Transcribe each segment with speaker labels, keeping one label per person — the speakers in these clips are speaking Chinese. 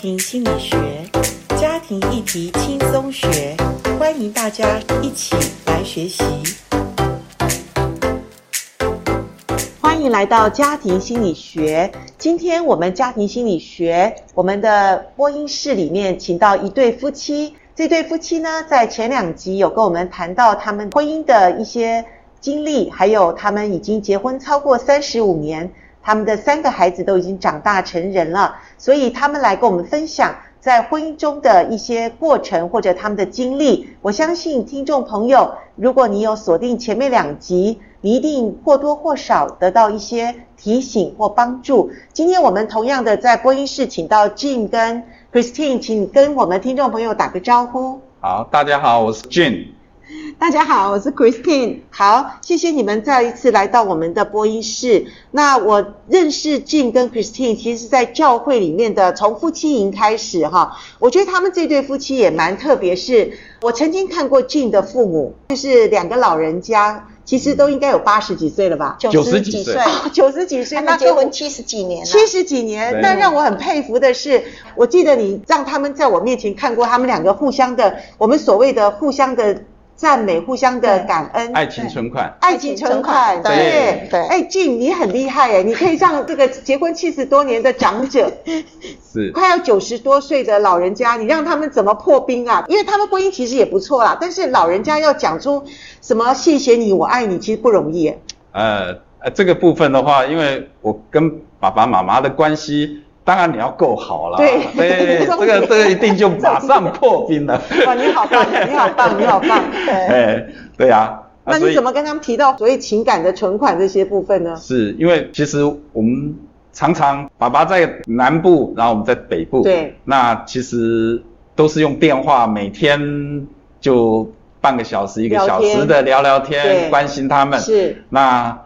Speaker 1: 庭心理学，家庭议题轻松学，欢迎大家一起来学习。欢迎来到家庭心理学。今天我们家庭心理学，我们的播音室里面请到一对夫妻。这对夫妻呢，在前两集有跟我们谈到他们婚姻的一些经历，还有他们已经结婚超过三十五年，他们的三个孩子都已经长大成人了，所以他们来跟我们分享在婚姻中的一些过程或者他们的经历。我相信听众朋友，如果你有锁定前面两集，你一定或多或少得到一些提醒或帮助。今天我们同样的在播音室请到 Jim 跟 Christine，请你跟我们听众朋友打个招呼。
Speaker 2: 好，大家好，我是 Jane。
Speaker 1: 大家好，我是 Christine。好，谢谢你们再一次来到我们的播音室。那我认识 Jim 跟 Christine，其实是在教会里面的，从夫妻营开始哈。我觉得他们这对夫妻也蛮特别是，我曾经看过 Jim 的父母，就是两个老人家，其实都应该有八十几岁了吧，哦
Speaker 2: 九十
Speaker 3: 几
Speaker 2: 几
Speaker 3: 岁
Speaker 2: 岁，
Speaker 1: 九十几岁，
Speaker 3: 他
Speaker 1: 那
Speaker 3: 们结
Speaker 1: 跟我
Speaker 3: 婚七十几年了，
Speaker 1: 七十几年，
Speaker 2: 对
Speaker 1: 但让我很佩服的是，我记得你让他们在我面前看过他们两个互相的，我们所谓的互相的赞美、互相的
Speaker 3: 对
Speaker 1: 感恩、
Speaker 2: 爱情存款。
Speaker 1: 爱情存款。
Speaker 3: 对
Speaker 1: 对
Speaker 3: 对
Speaker 1: 哎，Jim，你很厉害哎，你可以让这个结婚七十多年的长者，
Speaker 2: 是
Speaker 1: 快要九十多岁的老人家，你让他们怎么破冰啊？因为他们婚姻其实也不错啦，但是老人家要讲出什么“谢谢你，我爱你”，其实不容易哎。
Speaker 2: 呃呃，这个部分的话，因为我跟爸爸妈妈的关系，当然你要够好啦。
Speaker 1: 对
Speaker 2: 对，这
Speaker 1: 重
Speaker 2: 个
Speaker 1: 点
Speaker 2: 这个一定就马上破冰了。
Speaker 1: 哇，你好棒，你好棒，你好棒！
Speaker 2: 哎，对啊。啊
Speaker 1: 那
Speaker 2: 所
Speaker 1: 你
Speaker 2: 以
Speaker 1: 怎么跟他们提到所谓情感的存款这些部分呢？
Speaker 2: 是因为其实我们常常爸爸在南部，然后我们在北部，
Speaker 1: 对，
Speaker 2: 那其实都是用电话，每天就半个小时、一个小时的聊聊
Speaker 1: 对
Speaker 2: 天，关心他们。
Speaker 1: 是
Speaker 2: 那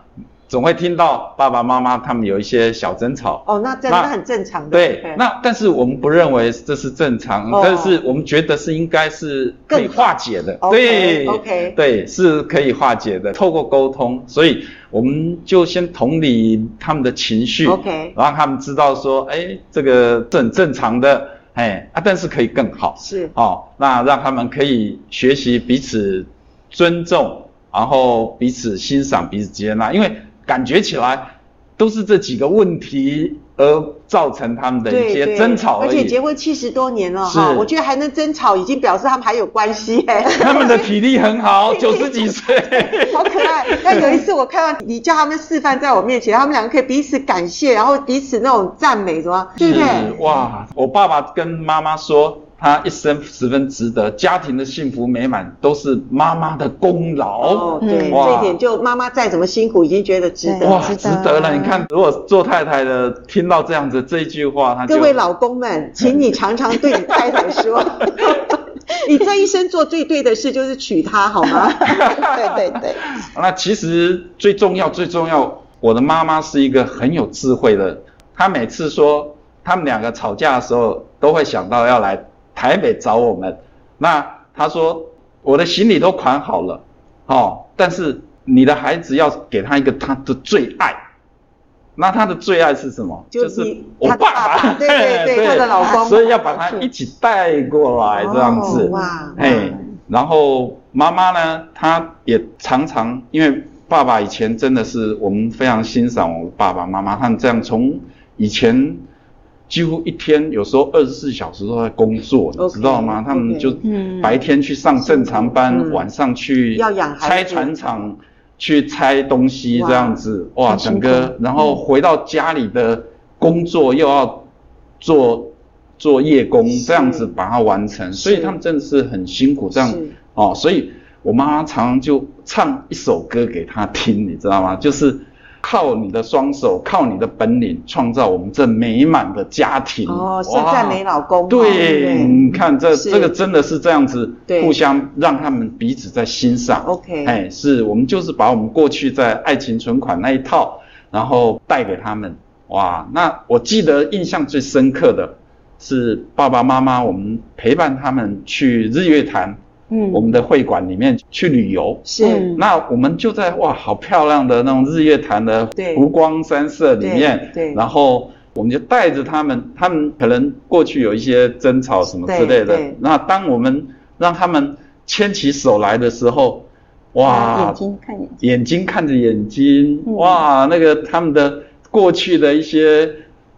Speaker 2: 总会听到爸爸妈妈他们有一些小争吵。
Speaker 1: 哦，那真的
Speaker 2: 那
Speaker 1: 那很正常的。
Speaker 2: 对，那但是我们不认为这是正常，
Speaker 1: 哦
Speaker 2: 但是我们觉得是应该是可以
Speaker 1: 更好
Speaker 2: 化解的。
Speaker 1: OK，
Speaker 2: 对
Speaker 1: OK
Speaker 2: 对，是可以化解的，透过沟通，所以我们就先同理他们的情绪
Speaker 1: OK
Speaker 2: 让他们知道说，哎，这个是很正常的，哎啊，但是可以更好。
Speaker 1: 是
Speaker 2: 哦，那让他们可以学习彼此尊重，然后彼此欣赏、彼此接纳，因为感觉起来都是这几个问题而造成他们的一些争吵
Speaker 1: 而
Speaker 2: 已。
Speaker 1: 且结婚七十多年了哈，
Speaker 2: 是
Speaker 1: 我觉得还能争吵，已经表示他们还有关系 哎、
Speaker 2: 他们的体力很好，九十几岁。
Speaker 1: 好可爱！那有一次我看到你叫他们示范在我面前，他们两个可以彼此感谢，然后彼此那种赞美，什么对不对？
Speaker 2: 是哇，我爸爸跟妈妈说，他一生十分值得，家庭的幸福美满都是妈妈的功劳。
Speaker 1: 哦，对，
Speaker 3: 嗯
Speaker 2: 哇
Speaker 1: 这一点就妈妈再怎么辛苦，已经觉得值
Speaker 3: 对
Speaker 1: 得。
Speaker 2: 哇，
Speaker 3: 值
Speaker 2: 值
Speaker 3: 得
Speaker 2: 得了！
Speaker 3: 啊
Speaker 2: 你看，如果做太太的听到这样子这一句话，他就
Speaker 1: 各位老公 们，请你常常对你太太说，你这一生做最对的事就是娶她，好吗？
Speaker 3: 对对对，
Speaker 2: 那其实最重要、最重要，我的妈妈是一个很有智慧的人，她每次说他们两个吵架的时候，都会想到要来台北找我们。那她说我的行李都款好了，哦，但是你的孩子要给他一个他的最爱。那他的最爱是什么？
Speaker 1: 就
Speaker 2: 就是是
Speaker 1: 你
Speaker 2: 我
Speaker 1: 他的
Speaker 2: 爸
Speaker 1: 爸爸对对 对他的老公
Speaker 2: 所以要把他一起带过来这样子。哎
Speaker 1: 哦哇，
Speaker 2: 嘿，然后妈妈呢，她也常常因为爸爸以前真的是我们非常欣赏我爸爸妈妈，他们这样从以前几乎一天有时候二十四小时都在工作，你
Speaker 1: OK，
Speaker 2: 知道吗？他们
Speaker 1: OK
Speaker 2: 就
Speaker 3: 嗯
Speaker 2: 白天去上正常
Speaker 1: 嗯
Speaker 2: 班，晚上去
Speaker 1: 要养孩子
Speaker 2: 拆船厂去拆东西
Speaker 1: 哇
Speaker 2: 这样子，哇，
Speaker 3: 很辛
Speaker 2: 整
Speaker 3: 苦
Speaker 2: 个然
Speaker 1: 嗯
Speaker 2: 后回到家里的工作又要做。做夜工
Speaker 1: 是
Speaker 2: 这样子把它完成，所以他们真的是很辛苦这样
Speaker 1: 是
Speaker 2: 哦，所以我妈妈常常就唱一首歌给她听，你知道吗？就是靠你的双手，靠你的本领，创造我们这美满的家庭。
Speaker 1: 哦，是
Speaker 2: 哇
Speaker 1: 赞美老公嘛，
Speaker 2: 对，你看这
Speaker 1: 是
Speaker 2: 这个真的是这样子
Speaker 1: 对，
Speaker 2: 互相让他们彼此在欣赏。
Speaker 1: OK
Speaker 2: 哎，是我们就是把我们过去在爱情存款那一套，然后带给他们。哇，那我记得印象最深刻的是爸爸妈妈，我们陪伴他们去日月潭，
Speaker 3: 嗯
Speaker 2: 我们的会馆里面去旅游。
Speaker 1: 是
Speaker 3: 嗯
Speaker 2: 那我们就在哇，好漂亮的那种日月潭的
Speaker 1: 对
Speaker 2: 湖光山色里面，
Speaker 1: 对对
Speaker 2: 然后我们就带着他们，他们可能过去有一些争吵什么之类
Speaker 1: 对
Speaker 2: 的
Speaker 1: 对。
Speaker 2: 那当我们让他们牵起手来的时候，哇，
Speaker 3: 眼睛看眼睛，
Speaker 2: 眼睛看着眼睛，
Speaker 3: 嗯
Speaker 2: 哇，那个他们的过去的一些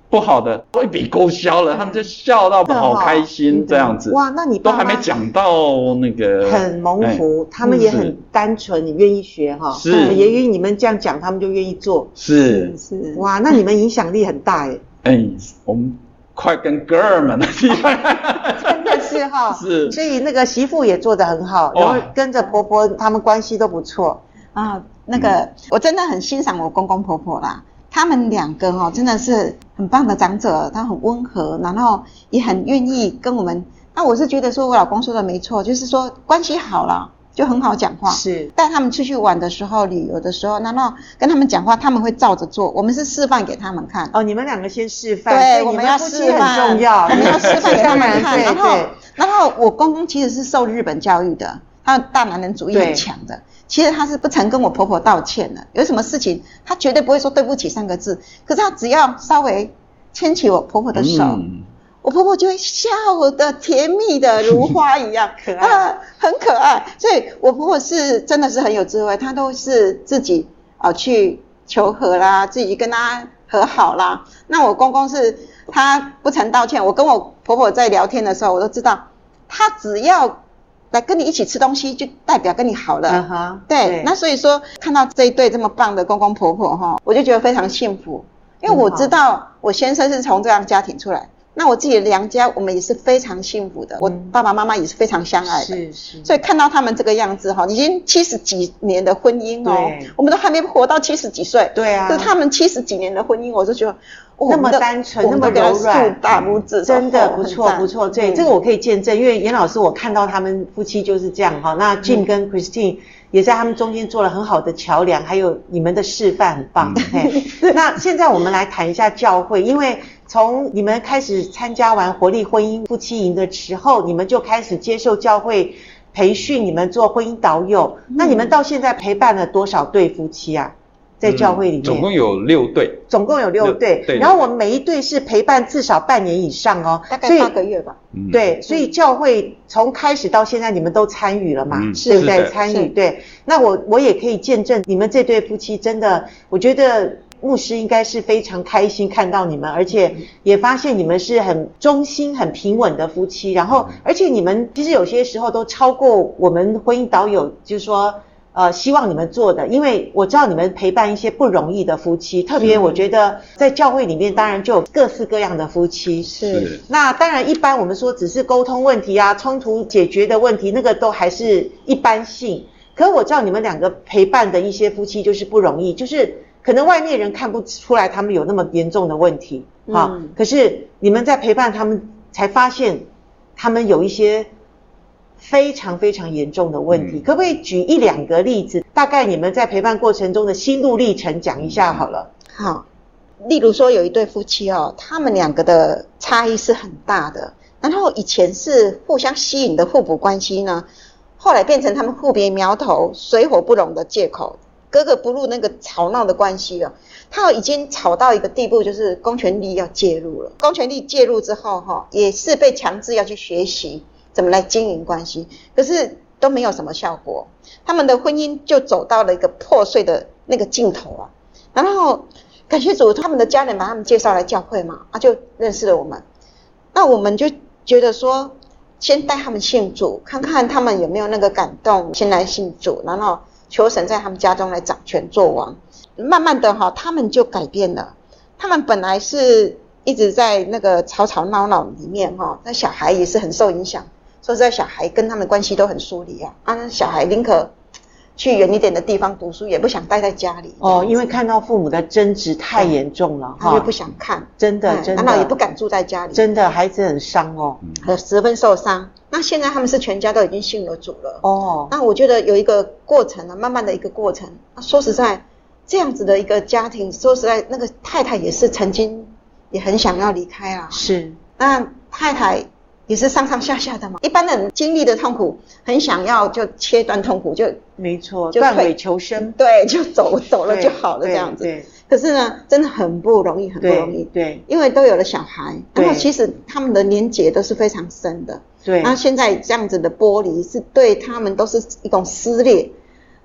Speaker 2: 不好的都一笔勾销
Speaker 1: 嗯
Speaker 2: 了，他们就笑到
Speaker 1: 真的哦
Speaker 2: 好开心这样子，
Speaker 1: 哇，那你
Speaker 2: 都
Speaker 1: 爸妈
Speaker 2: 还没讲到那个
Speaker 1: 很
Speaker 2: 哎
Speaker 1: 蒙福，他们也
Speaker 2: 是
Speaker 1: 很单纯，你愿意学哈，
Speaker 2: 是
Speaker 1: 也因为你们这样讲，他们就愿意做。
Speaker 2: 是，
Speaker 3: 是哇，
Speaker 1: 哇，那你们影响力很大 哎，
Speaker 2: 哎，我们快跟哥儿们了，
Speaker 1: 真的是哈。
Speaker 2: 是
Speaker 1: 所以那个媳妇也做得很好，然
Speaker 2: 哇
Speaker 1: 后跟着婆婆，他们关系都不错。
Speaker 3: 啊，那
Speaker 2: 嗯
Speaker 3: 个我真的很欣赏我公公婆婆啦，他们两个哦，真的是很棒的长者，他很温和，然后也很愿意跟我们。那我是觉得说我老公说的没错，就是说关系好了就很好讲话。
Speaker 1: 是，
Speaker 3: 带他们出去玩的时候、旅游的时候，然后跟他们讲话，他们会照着做。我们是示范给他们看。
Speaker 1: 哦，你们两个先示范，所以
Speaker 3: 对，
Speaker 1: 你
Speaker 3: 我们要
Speaker 1: 夫
Speaker 3: 示
Speaker 1: 妻
Speaker 3: 范，
Speaker 1: 很重要，
Speaker 3: 我们要示范给他们看。
Speaker 1: 对
Speaker 3: 然后
Speaker 1: 对，
Speaker 3: 然后我公公其实是受日本教育的，他的大男人主义
Speaker 1: 对，
Speaker 3: 很强的。其实他是不曾跟我婆婆道歉的，有什么事情他绝对不会说对不起三个字。可是他只要稍微牵起我婆婆的手，
Speaker 2: 嗯
Speaker 3: 我婆婆就会笑得甜蜜的如花一样
Speaker 1: 可爱
Speaker 3: 啊，很可爱。所以我婆婆是真的是很有智慧，她都是自己啊、呃去求和啦，自己跟她和好啦。那我公公是他不曾道歉，我跟我婆婆在聊天的时候，我都知道，他只要来跟你一起吃东西，就代表跟你好了。
Speaker 1: 嗯哼，
Speaker 3: 对，那所以说看到这一对这么棒的公公婆婆哈，我就觉得非常幸福，因为我知道我先生是从这样家庭出来，那我自己的娘家我们也是非常幸福的，我
Speaker 1: 嗯
Speaker 3: 爸爸妈妈也是非常相爱的。
Speaker 1: 是是，
Speaker 3: 所以看到他们这个样子哈，已经七十几年的婚姻哦
Speaker 1: 对，
Speaker 3: 我们都还没活到七十几岁，
Speaker 1: 对啊
Speaker 3: 就他们七十几年的婚姻，我就觉得哦
Speaker 1: 那么
Speaker 3: 我们都
Speaker 1: 单纯
Speaker 3: 我们都
Speaker 1: 那么柔软
Speaker 3: 给他竖大拇指，
Speaker 1: 真
Speaker 3: 说
Speaker 1: 的
Speaker 3: 哦
Speaker 1: 不
Speaker 3: 很
Speaker 1: 错，
Speaker 3: 赞
Speaker 1: 不错。对，
Speaker 3: 嗯
Speaker 1: 这个我可以见证，因为严老师我看到他们夫妻就是这样哈。
Speaker 3: 嗯
Speaker 1: 那 Jim 跟 Christine 也在他们中间做了很好的桥梁，还有你们的示范很 棒。嘿，那现在我们来谈一下教会，因为从你们开始参加完活力婚姻夫妻营的时候，你们就开始接受教会培训，你们做婚姻导友。
Speaker 3: 嗯
Speaker 1: 那你们到现在陪伴了多少对夫妻啊？在
Speaker 3: 嗯
Speaker 1: 教会里面，
Speaker 4: 总共有六对，
Speaker 1: 总共有六
Speaker 4: 六
Speaker 1: 对，
Speaker 4: 对
Speaker 1: 然后我们每一队是陪伴至少半年以上哦，
Speaker 3: 大
Speaker 1: 所
Speaker 3: 概
Speaker 1: 以
Speaker 3: 八个月吧，
Speaker 4: 嗯，
Speaker 1: 对，所以教会从开始到现在，你们都参与了嘛，
Speaker 4: 嗯
Speaker 1: 对不
Speaker 4: 是
Speaker 1: 对？
Speaker 4: 的
Speaker 1: 参与
Speaker 3: 是
Speaker 1: 对。那我我也可以见证你们这对夫妻，真的，我觉得牧师应该是非常开心看到你们，而且
Speaker 4: 嗯
Speaker 1: 也发现你们是很忠心、很平稳的夫妻。然
Speaker 4: 嗯
Speaker 1: 后，而且你们其实有些时候都超过我们婚姻导友，就是说。呃，希望你们做的，因为我知道你们陪伴一些不容易的夫妻，特别我觉得在教会里面，当然就有各式各样的夫妻，
Speaker 3: 是
Speaker 1: 那当然，一般我们说只是沟通问题啊、冲突解决的问题，那个都还是一般性。可我知道你们两个陪伴的一些夫妻就是不容易，就是可能外面人看不出来他们有那么严重的问题啊、
Speaker 3: 嗯
Speaker 1: 可是你们在陪伴他们，才发现他们有一些非常非常严重的问题。
Speaker 4: 嗯
Speaker 1: 可不可以举一两个例子，大概你们在陪伴过程中的心路历程讲一下好了？
Speaker 3: 好，例如说有一对夫妻哦，他们两个的差异是很大的，然后以前是互相吸引的互补关系呢，后来变成他们互别苗头、水火不容的借口，格格不入那个吵闹的关系了。他已经吵到一个地步，就是公权力要介入了。公权力介入之后、哈，也是被强制要去学习怎么来经营关系，可是都没有什么效果。他们的婚姻就走到了一个破碎的那个尽头啊。然后感谢主，他们的家人把他们介绍来教会嘛，啊，就认识了我们。那我们就觉得说，先带他们信主，看看他们有没有那个感动，先来信主，然后求神在他们家中来掌权做王。慢慢的哈、他们就改变了。他们本来是一直在那个吵吵闹闹里面哈、那小孩也是很受影响。说实在，小孩跟他们关系都很疏离啊。啊，那小孩宁可去远一点的地方读书，也不想待在家里。
Speaker 1: 哦，因为看到父母的争执太严重了
Speaker 3: 他
Speaker 1: 哈，
Speaker 3: 就不想看，
Speaker 1: 真的
Speaker 3: 哎
Speaker 1: 真的，
Speaker 3: 然后也不敢住在家里，
Speaker 1: 真的孩子很伤哦。
Speaker 3: 呃十分受伤。那现在他们是全家都已经信了主了。
Speaker 1: 哦，
Speaker 3: 那我觉得有一个过程啊，慢慢的一个过程。啊说实在，这样子的一个家庭，说实在，那个太太也是曾经也很想要离开啊。
Speaker 1: 是
Speaker 3: 那太太也是上上下下的嘛，一般人经历的痛苦，很想要就切断痛苦，就
Speaker 1: 没错，
Speaker 3: 就
Speaker 1: 断
Speaker 3: 退
Speaker 1: 尾求生
Speaker 3: 对，就走走了
Speaker 1: 对
Speaker 3: 就好了
Speaker 1: 对
Speaker 3: 这样子。
Speaker 1: 对，
Speaker 3: 可是呢，真的很不容易，很不容易
Speaker 1: 对，对
Speaker 3: 因为都有了小孩，
Speaker 1: 对
Speaker 3: 然后其实他们的连结都是非常深的。
Speaker 1: 对
Speaker 3: 那现在这样子的剥离是对他们都是一种撕裂。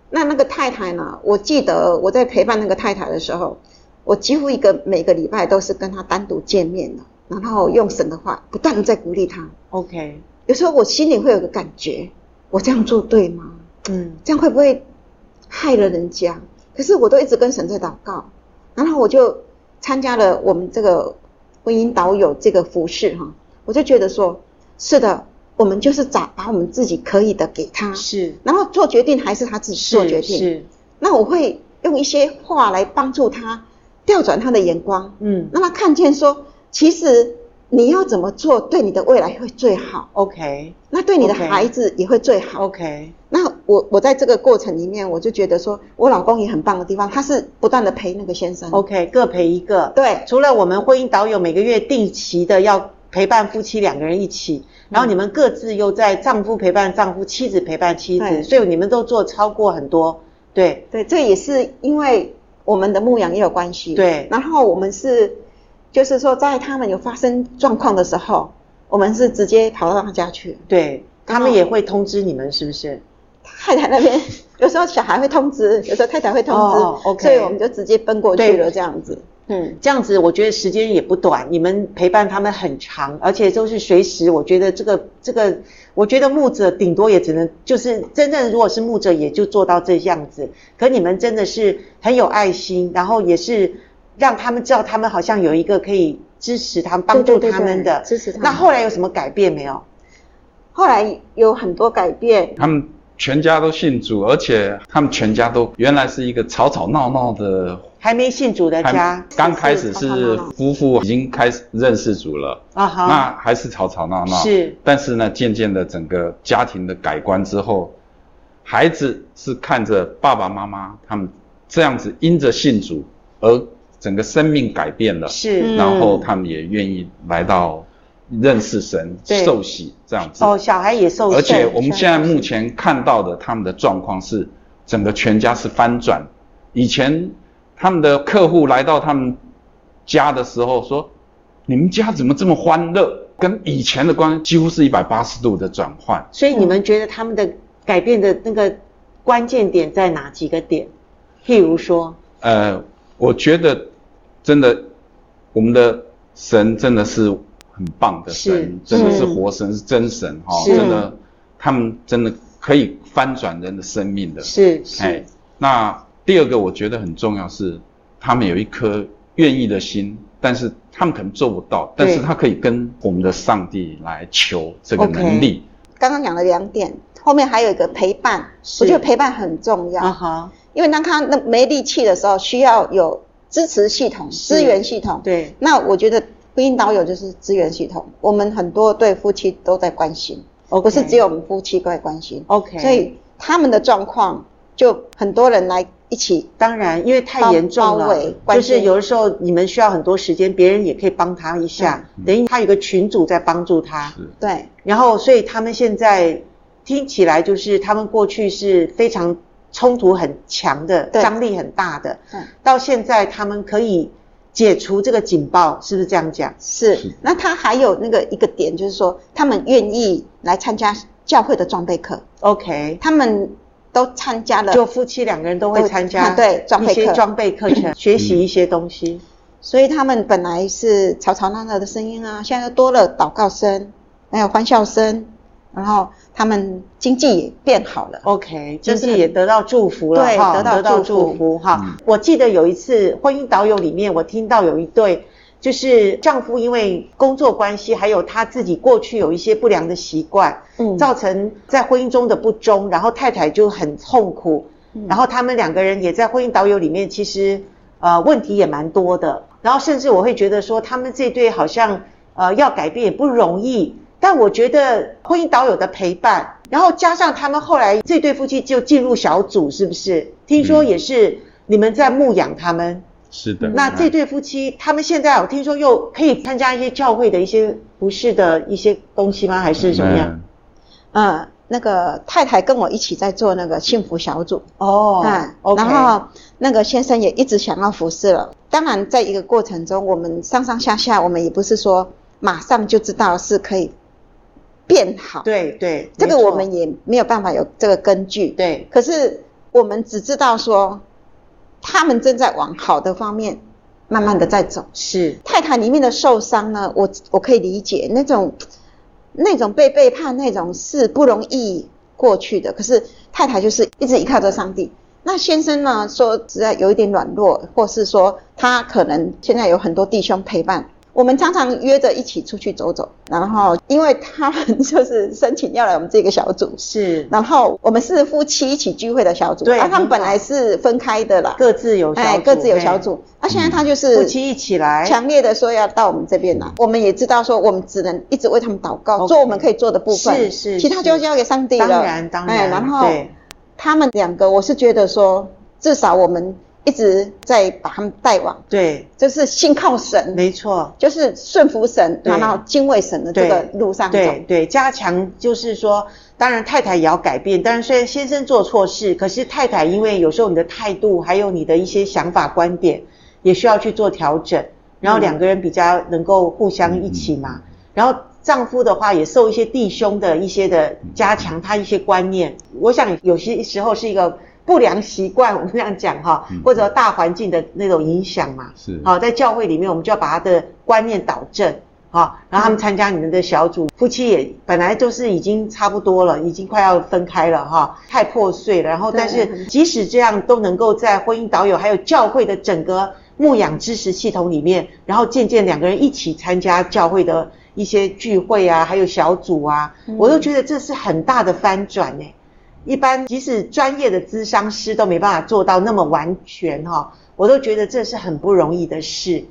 Speaker 3: 那那个太太呢？我记得我在陪伴那个太太的时候，我几乎一个每个礼拜都是跟她单独见面的，然后用神的话不断的在鼓励她。
Speaker 1: ，OK，
Speaker 3: 有时候我心里会有个感觉，我这样做对吗？
Speaker 1: 嗯
Speaker 3: 这样会不会害了人家？可是我都一直跟神在祷告，然后我就参加了我们这个婚姻导友这个服饰哈，我就觉得说，是的，我们就是找把我们自己可以的给他，
Speaker 1: 是
Speaker 3: 然后做决定还是他自己做决
Speaker 1: 是
Speaker 3: 定。
Speaker 1: 是，
Speaker 3: 那我会用一些话来帮助他调转他的眼光，
Speaker 1: 嗯
Speaker 3: 让他看见说，其实你要怎么做，对你的未来会最好，
Speaker 1: ，OK
Speaker 3: 那对你的
Speaker 1: OK
Speaker 3: 孩子也会最好。
Speaker 1: OK，
Speaker 3: 那我我在这个过程里面，我就觉得说我老公也很棒的地方，他是不断的陪那个先生。
Speaker 1: OK，各陪一个。
Speaker 3: 对
Speaker 1: 除了我们婚姻导友每个月定期的要陪伴夫妻两个人一起，
Speaker 3: 嗯
Speaker 1: 然后你们各自又在丈夫陪伴丈夫，妻子陪伴妻子，
Speaker 3: 对
Speaker 1: 所以你们都做超过很多。对
Speaker 3: 对，这也是因为我们的牧羊也有关系。
Speaker 1: 对
Speaker 3: 然后我们是，就是说在他们有发生状况的时候，我们是直接跑到他家去。
Speaker 1: 对，他们
Speaker 3: 然后
Speaker 1: 也会通知你们，是不是？
Speaker 3: 太太那边有时候小孩会通知，有时候太太会通知，
Speaker 1: 哦哦，OK
Speaker 3: 所以我们就直接奔过去了
Speaker 1: 对
Speaker 3: 这样子。嗯，
Speaker 1: 这样子，我觉得时间也不短，你们陪伴他们很长，而且都是随时。我觉得这个这个，我觉得牧者顶多也只能就是真正如果是牧者，也就做到这样子。可你们真的是很有爱心，然后也是让他们知道他们好像有一个可以支持他们、帮助
Speaker 3: 对对对
Speaker 1: 他们的。
Speaker 3: 支持他们
Speaker 1: 那后来有什么改变没有？
Speaker 3: 后来有很多改变，
Speaker 2: 他们全家都信主，而且他们全家都原来是一个吵吵闹闹的
Speaker 1: 还没信主的
Speaker 2: 还
Speaker 1: 家
Speaker 2: 刚开始
Speaker 3: 吵吵闹
Speaker 2: 是
Speaker 3: 闹
Speaker 2: 夫妇已经开始认识主了，
Speaker 1: 啊
Speaker 2: 那
Speaker 1: 哈，
Speaker 2: 还是吵吵闹闹。
Speaker 1: 是
Speaker 2: 但是呢，渐渐的整个家庭的改观之后，孩子是看着爸爸妈妈他们这样子因着信主而整个生命改变了，
Speaker 1: 是、
Speaker 3: 嗯
Speaker 2: 然后他们也愿意来到认识神、
Speaker 1: 对
Speaker 2: 受洗这样子。
Speaker 1: 哦，啊小孩也受
Speaker 2: 而且
Speaker 1: 限
Speaker 2: 我们现在目前看到的他们的状况是，整个全家是翻转。以前他们的客户来到他们家的时候说：“你们家怎么这么欢乐？”跟以前的关系几乎是一百八十度的转换。
Speaker 1: 所以你们觉得他们的改变的那个关键点在哪几个点？譬如说，
Speaker 2: 呃，我觉得真的，我们的神真的是很棒的神，
Speaker 1: 是
Speaker 2: 真的是
Speaker 3: 嗯
Speaker 2: 活神，是真神哈、
Speaker 1: 是
Speaker 2: 真的，他们真的可以翻转人的生命的。
Speaker 1: 是
Speaker 2: 哎
Speaker 1: 是，
Speaker 2: 那第二个我觉得很重要是，他们有一颗愿意的心，但是他们可能做不到，
Speaker 1: 对
Speaker 2: 但是他可以跟我们的上帝来求这个
Speaker 1: OK
Speaker 2: 能力。
Speaker 3: 刚刚讲了两点，后面还有一个陪伴，
Speaker 1: 是
Speaker 3: 我觉得陪伴很重要。
Speaker 1: 啊哈，
Speaker 3: 因为当他那没力气的时候，需要有支持系统、
Speaker 1: 是
Speaker 3: 资源系统。，
Speaker 1: 对，
Speaker 3: 那我觉得婚姻导友就是资源系统，我们很多对夫妻都在关心，
Speaker 1: 我
Speaker 3: 不是只有我们夫妻在关心。
Speaker 1: OK，
Speaker 3: 所以他们的状况，就很多人来一起。
Speaker 1: 当然，因为太严重
Speaker 3: 包包
Speaker 1: 了
Speaker 3: 围，关
Speaker 1: 就
Speaker 3: 心
Speaker 1: 是有的时候你们需要很多时间，别人也可以帮他一下，
Speaker 3: 嗯
Speaker 1: 等于他有个群主在帮助他，
Speaker 2: 是
Speaker 3: 对，
Speaker 1: 然后所以他们现在听起来就是他们过去是非常冲突很强的，
Speaker 3: 对
Speaker 1: 张力很大的，
Speaker 3: 对，
Speaker 1: 到现在他们可以解除这个警报，是不是这样讲？
Speaker 3: 是
Speaker 2: 是。
Speaker 3: 那他还有那个一个点，就是说他们愿意来参加教会的装备课，
Speaker 1: OK，
Speaker 3: 他们都参加了。
Speaker 1: 就夫妻两个人都会参加
Speaker 3: 都啊对装备
Speaker 1: 一些
Speaker 3: 课嗯
Speaker 1: 装备课程，学习一些东西。
Speaker 3: 所以他们本来是吵吵闹闹的声音啊，现在又多了祷告声，还有欢笑声，然后他们经济也变好了。
Speaker 1: OK，
Speaker 3: 就
Speaker 1: 经
Speaker 3: 是
Speaker 1: 济也得到祝福了，
Speaker 3: 对
Speaker 1: 哈
Speaker 3: 得到祝
Speaker 1: 祝
Speaker 3: 福
Speaker 1: 福哈。我记得有一次婚姻导友里面，我听到有一对。就是丈夫因为工作关系，还有他自己过去有一些不良的习惯，
Speaker 3: 嗯
Speaker 1: 造成在婚姻中的不忠，然后太太就很痛苦，
Speaker 3: 嗯
Speaker 1: 然后他们两个人也在婚姻导友里面，其实呃问题也蛮多的。然后甚至我会觉得说，他们这对好像呃要改变也不容易。但我觉得婚姻导友的陪伴，然后加上他们后来这对夫妻就进入小组，是不是？听说也是你们在牧养他们。
Speaker 2: 是的。
Speaker 1: 那这对夫妻，他们现在我听说又可以参加一些教会的一些服饰的一些东西吗？还是怎么样？
Speaker 2: 嗯
Speaker 3: 嗯，那个太太跟我一起在做那个幸福小组，
Speaker 1: 哦
Speaker 3: 嗯，
Speaker 1: ，OK，
Speaker 3: 然后那个先生也一直想要服侍了。当然，在一个过程中，我们上上下下，我们也不是说马上就知道是可以变好，
Speaker 1: 对对，
Speaker 3: 这个
Speaker 1: 没错
Speaker 3: 我们也没有办法有这个根据。，
Speaker 1: 对
Speaker 3: 可是我们只知道说，他们正在往好的方面慢慢的在走。
Speaker 1: 是，
Speaker 3: 泰坦里面的受伤呢，我我可以理解那种那种被背叛那种是不容易过去的。可是太太就是一直依靠着上帝。那先生呢，说实在有一点软弱，或是说他可能现在有很多弟兄陪伴。我们常常约着一起出去走走，然后因为他们就是申请要来我们这个小组，
Speaker 1: 是
Speaker 3: 然后我们是夫妻一起聚会的小组，
Speaker 1: 对
Speaker 3: 啊、他
Speaker 1: 很
Speaker 3: 们本
Speaker 1: 好
Speaker 3: 来是分开的啦，
Speaker 1: 各自有小
Speaker 3: 哎，
Speaker 1: 组
Speaker 3: 各自有小，
Speaker 1: 嘿
Speaker 3: 组。那、现在
Speaker 2: 嗯
Speaker 3: 他就是
Speaker 1: 夫妻一起来，
Speaker 3: 强烈的说要到我们这边来，我们也知道说我们只能一直为他们祷告
Speaker 1: OK
Speaker 3: 做我们可以做的部分，
Speaker 1: 是是
Speaker 3: 其他
Speaker 1: 是
Speaker 3: 就交给上帝了。
Speaker 1: 当然当
Speaker 3: 哎
Speaker 1: 然，
Speaker 3: 然后
Speaker 1: 对
Speaker 3: 他们两个，我是觉得说，至少我们一直在把他们带往，
Speaker 1: 对，
Speaker 3: 就是信靠神，
Speaker 1: 没错。
Speaker 3: 就是顺服神，
Speaker 1: 对
Speaker 3: 然后敬畏神的这个路上走。
Speaker 1: 对对，加强就是说，当然太太也要改变。当然，虽然先生做错事，可是太太因为有时候你的态度，还有你的一些想法、观点，也需要去做调整。然
Speaker 3: 嗯
Speaker 1: 后两个人比较能够互相一起嘛。然后丈夫的话也受一些弟兄的一些的加强，他一些观念。我想有些时候是一个不良习惯，我们这样讲哈
Speaker 2: 嗯，
Speaker 1: 或者大环境的那种影响嘛。
Speaker 2: 是
Speaker 1: 好，在教会里面，我们就要把他的观念导正啊，然后他们参加你们的小组，夫妻也本来就是已经差不多了，已经快要分开了哈，太破碎了。然后，
Speaker 3: 对
Speaker 1: 但是即使这样，都能够在婚姻导友还有教会的整个牧养支持系统里面，然后渐渐两个人一起参加教会的一些聚会啊，还有小组啊，
Speaker 3: 嗯
Speaker 1: 我都觉得这是很大的翻转呢、一般即使专业的咨商师都没办法做到那么完全哈、我都觉得这是很不容易的事。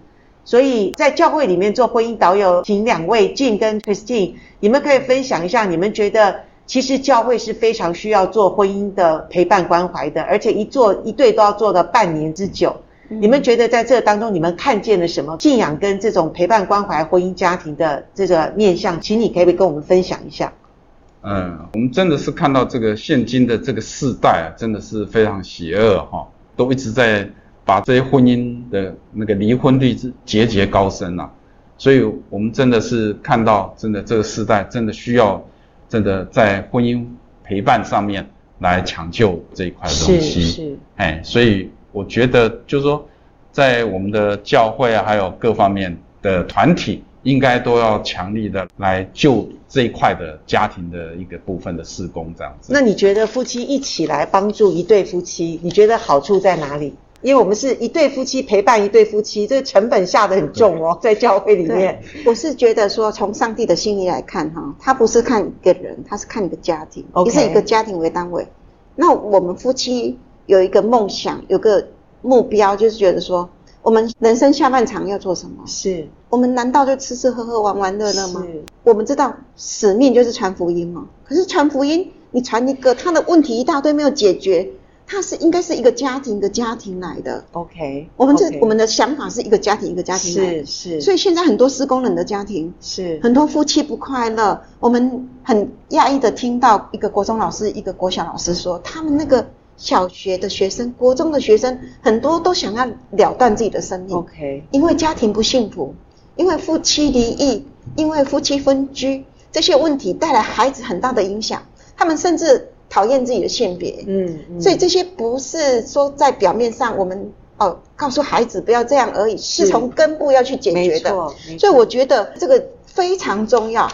Speaker 1: 所以在教会里面做婚姻导友，请两位 Jin 跟 Christine，你们可以分享一下，你们觉得其实教会是非常需要做婚姻的陪伴关怀的，而且一做一对都要做到半年之久。
Speaker 3: 嗯
Speaker 1: 你们觉得在这当中，你们看见了什么信仰跟这种陪伴关怀婚姻家庭的这个面向？请你可以跟我们分享一下。
Speaker 2: 嗯，我们真的是看到这个现今的这个世代啊，真的是非常邪恶啊哈、都一直在把这些婚姻的那个离婚率是节节高升啊，所以我们真的是看到，真的这个世代真的需要，真的在婚姻陪伴上面来抢救这一块东西。
Speaker 1: 是是，
Speaker 2: 哎，所以我觉得就是说，在我们的教会啊，还有各方面的团体，应该都要强力的来救这一块的家庭的一个部分的施工，这样子。
Speaker 1: 那你觉得夫妻一起来帮助一对夫妻，你觉得好处在哪里？因为我们是一对夫妻陪伴一对夫妻，这个成本下得很重哦，在教会里面
Speaker 3: 对。，我是觉得说，从上帝的心意来看，哈，他不是看一个人，他是看一个家庭，
Speaker 1: OK
Speaker 3: 也是以一个家庭为单位。那我们夫妻有一个梦想，有个目标，就是觉得说，我们人生下半场要做什么？
Speaker 1: 是
Speaker 3: 我们难道就吃吃喝喝、玩玩乐乐吗？
Speaker 1: 是
Speaker 3: 我们知道使命就是传福音嘛，可是传福音，你传一个，他的问题一大堆没有解决，他是应该是一个家庭一个家庭来的。
Speaker 1: OK，
Speaker 3: 我们这
Speaker 1: OK
Speaker 3: 我们的想法是一个家庭一个家庭来的
Speaker 1: 是是，
Speaker 3: 所以现在很多施工人的家庭，
Speaker 1: 是
Speaker 3: 很多夫妻不快乐。我们很讶异的听到一个国中老师、一个国小老师说，他们那个小学的学生、国中的学生，很多都想要了断自己的生命，
Speaker 1: OK，
Speaker 3: 因为家庭不幸福，因为夫妻离异，因为夫妻分居这些问题带来孩子很大的影响，他们甚至讨厌自己的性别。
Speaker 1: 嗯，嗯
Speaker 3: 所以这些不是说在表面上我们哦告诉孩子不要这样而已，是
Speaker 1: 是
Speaker 3: 从根部要去解
Speaker 1: 没
Speaker 3: 决的。
Speaker 1: 错，没
Speaker 3: 所
Speaker 1: 错
Speaker 3: 以我觉得这个非常重要。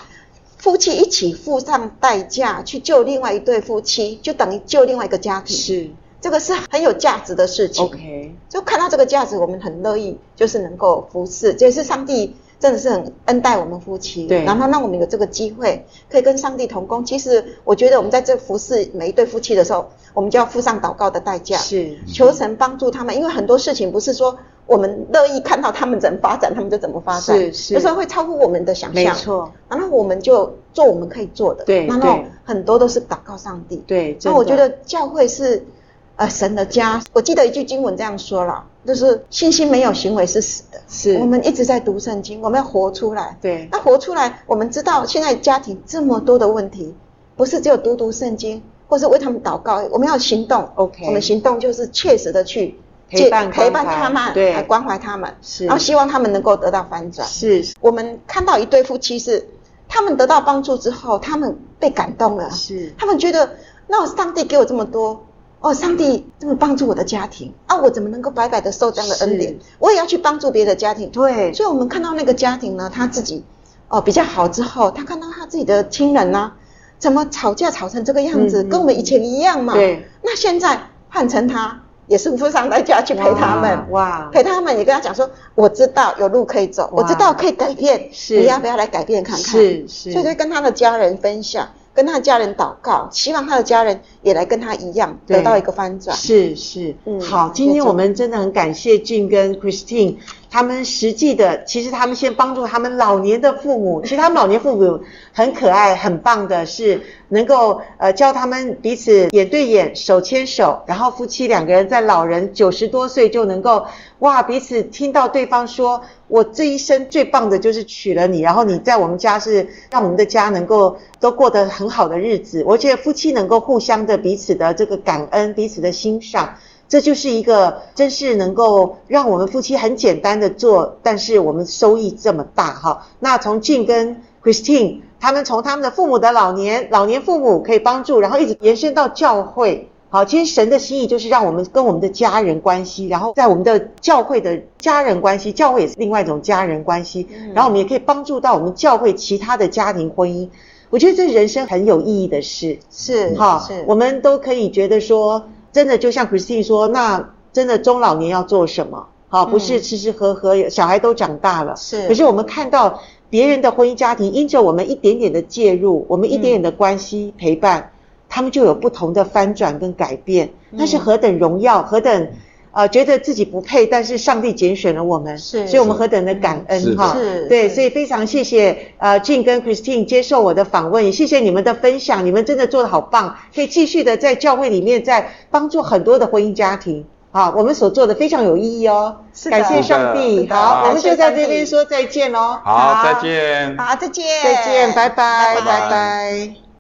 Speaker 3: 夫妻一起付上代价去救另外一对夫妻，就等于救另外一个家庭，
Speaker 1: 是
Speaker 3: 这个是很有价值的事情。
Speaker 1: OK，
Speaker 3: 就看到这个价值，我们很乐意，就是能够服侍，这也是上帝真的是很恩待我们夫妻，
Speaker 1: 对
Speaker 3: 然后让我们有这个机会可以跟上帝同工。其实我觉得我们在这服侍每一对夫妻的时候，我们就要付上祷告的代价，
Speaker 1: 是
Speaker 3: 求神帮助他们，因为很多事情不是说我们乐意看到他们怎么发展，他们就怎么发展，
Speaker 1: 是是
Speaker 3: 有时候会超乎我们的想
Speaker 1: 没
Speaker 3: 象，
Speaker 1: 错，
Speaker 3: 然后我们就做我们可以做的，
Speaker 1: 对
Speaker 3: 然后
Speaker 1: 对
Speaker 3: 很多都是祷告上帝，
Speaker 1: 对。
Speaker 3: 那
Speaker 1: 真
Speaker 3: 我
Speaker 1: 的
Speaker 3: 觉得教会是，呃，神的家。我记得一句经文这样说了，就是信心没有行为是死的。
Speaker 1: 是
Speaker 3: 我们一直在读圣经，我们要活出来。
Speaker 1: 对
Speaker 3: 那活出来，我们知道现在家庭这么多的问题，不是只有读读圣经，或是为他们祷告，我们要行动。
Speaker 1: OK
Speaker 3: 我们行动就是切实的去
Speaker 1: 陪伴
Speaker 3: 借陪伴
Speaker 1: 关怀
Speaker 3: 他们，
Speaker 1: 对
Speaker 3: 来关怀他们，
Speaker 1: 是
Speaker 3: 然后希望他们能够得到翻转。
Speaker 1: 是是
Speaker 3: 我们看到一对夫妻是，他们得到帮助之后，他们被感动了，
Speaker 1: 是
Speaker 3: 他们觉得，那上帝给我这么多，哦，上
Speaker 1: 嗯
Speaker 3: 帝这么帮助我的家庭啊，我怎么能够白白的受这样的恩典
Speaker 1: 是？
Speaker 3: 我也要去帮助别的家庭。
Speaker 1: 对
Speaker 3: 所以我们看到那个家庭呢，他自己哦比较好之后，他看到他自己的亲人呢、啊怎么吵架吵成这个样子，
Speaker 1: 嗯嗯
Speaker 3: 跟我们以前一样嘛。
Speaker 1: 对，
Speaker 3: 那现在换成他也是付上代价去陪他们。
Speaker 1: 哇，哇
Speaker 3: 陪他们，也跟他讲说，我知道有路可以走，
Speaker 1: 哇
Speaker 3: 我知道可以改变，
Speaker 1: 是
Speaker 3: 你要不要来改变看看？
Speaker 1: 是是
Speaker 3: 所以就跟他的家人分享，跟他的家人祷告，希望他的家人也来跟他一样，
Speaker 1: 对
Speaker 3: 得到一个翻转。
Speaker 1: 是是，
Speaker 3: 嗯
Speaker 1: 好，
Speaker 3: 没
Speaker 1: 今天
Speaker 3: 错
Speaker 1: 我们真的很感谢俊跟 Christine，他们实际的，其实他们先帮助他们老年的父母，其实他们老年父母很可爱、很棒的是，能够呃教他们彼此眼对眼、手牵手，然后夫妻两个人在老人九十多岁就能够哇彼此听到对方说，我这一生最棒的就是娶了你，然后你在我们家是让我们的家能够都过得很好的日子。我觉得夫妻能够互相的彼此的这个感恩、彼此的欣赏，这就是一个真是能够让我们夫妻很简单的做，但是我们收益这么大哈。那从俊跟 Christine 他们从他们的父母的老年老年父母可以帮助，然后一直延伸到教会。好，其实神的心意就是让我们跟我们的家人关系，然后在我们的教会的家人关系，教会也是另外一种家人关系，
Speaker 3: 嗯
Speaker 1: 然后我们也可以帮助到我们教会其他的家庭婚姻。我觉得这人生很有意义的事。
Speaker 3: 是
Speaker 1: 哈
Speaker 3: 是，
Speaker 1: 我们都可以觉得说，真的就像 Christine 说，那真的中老年要做什么？好，不是
Speaker 3: 嗯
Speaker 1: 吃吃喝喝，小孩都长大了，
Speaker 3: 是
Speaker 1: 可是我们看到别人的婚姻家庭，因着我们一点点的介入，我们一点点的关系陪伴，他们就有不同的翻转跟改变，
Speaker 3: 嗯
Speaker 1: 那是何等荣耀，何等。呃，觉得自己不配，但是上帝拣选了我们，
Speaker 3: 是嗯
Speaker 1: 所以我们何等的感
Speaker 2: 是
Speaker 1: 恩
Speaker 2: 的
Speaker 1: 哈！
Speaker 3: 是
Speaker 1: 对，
Speaker 3: 是
Speaker 1: 所以非常谢谢呃俊跟 Christine 接受我的访问，也谢谢你们的分享，你们真的做得好棒，可以继续的在教会里面再帮助很多的婚姻家庭。好，我们所做的非常有意义哦，
Speaker 3: 是的
Speaker 1: 感谢上
Speaker 2: 是
Speaker 1: 帝。
Speaker 3: 的
Speaker 1: 好，
Speaker 2: 好
Speaker 1: 我们就在这边
Speaker 3: 感谢上帝
Speaker 1: 说再见喽。哦
Speaker 2: 好，再见。
Speaker 3: 好，再见，
Speaker 1: 再见，拜拜，
Speaker 2: 拜拜
Speaker 1: 拜拜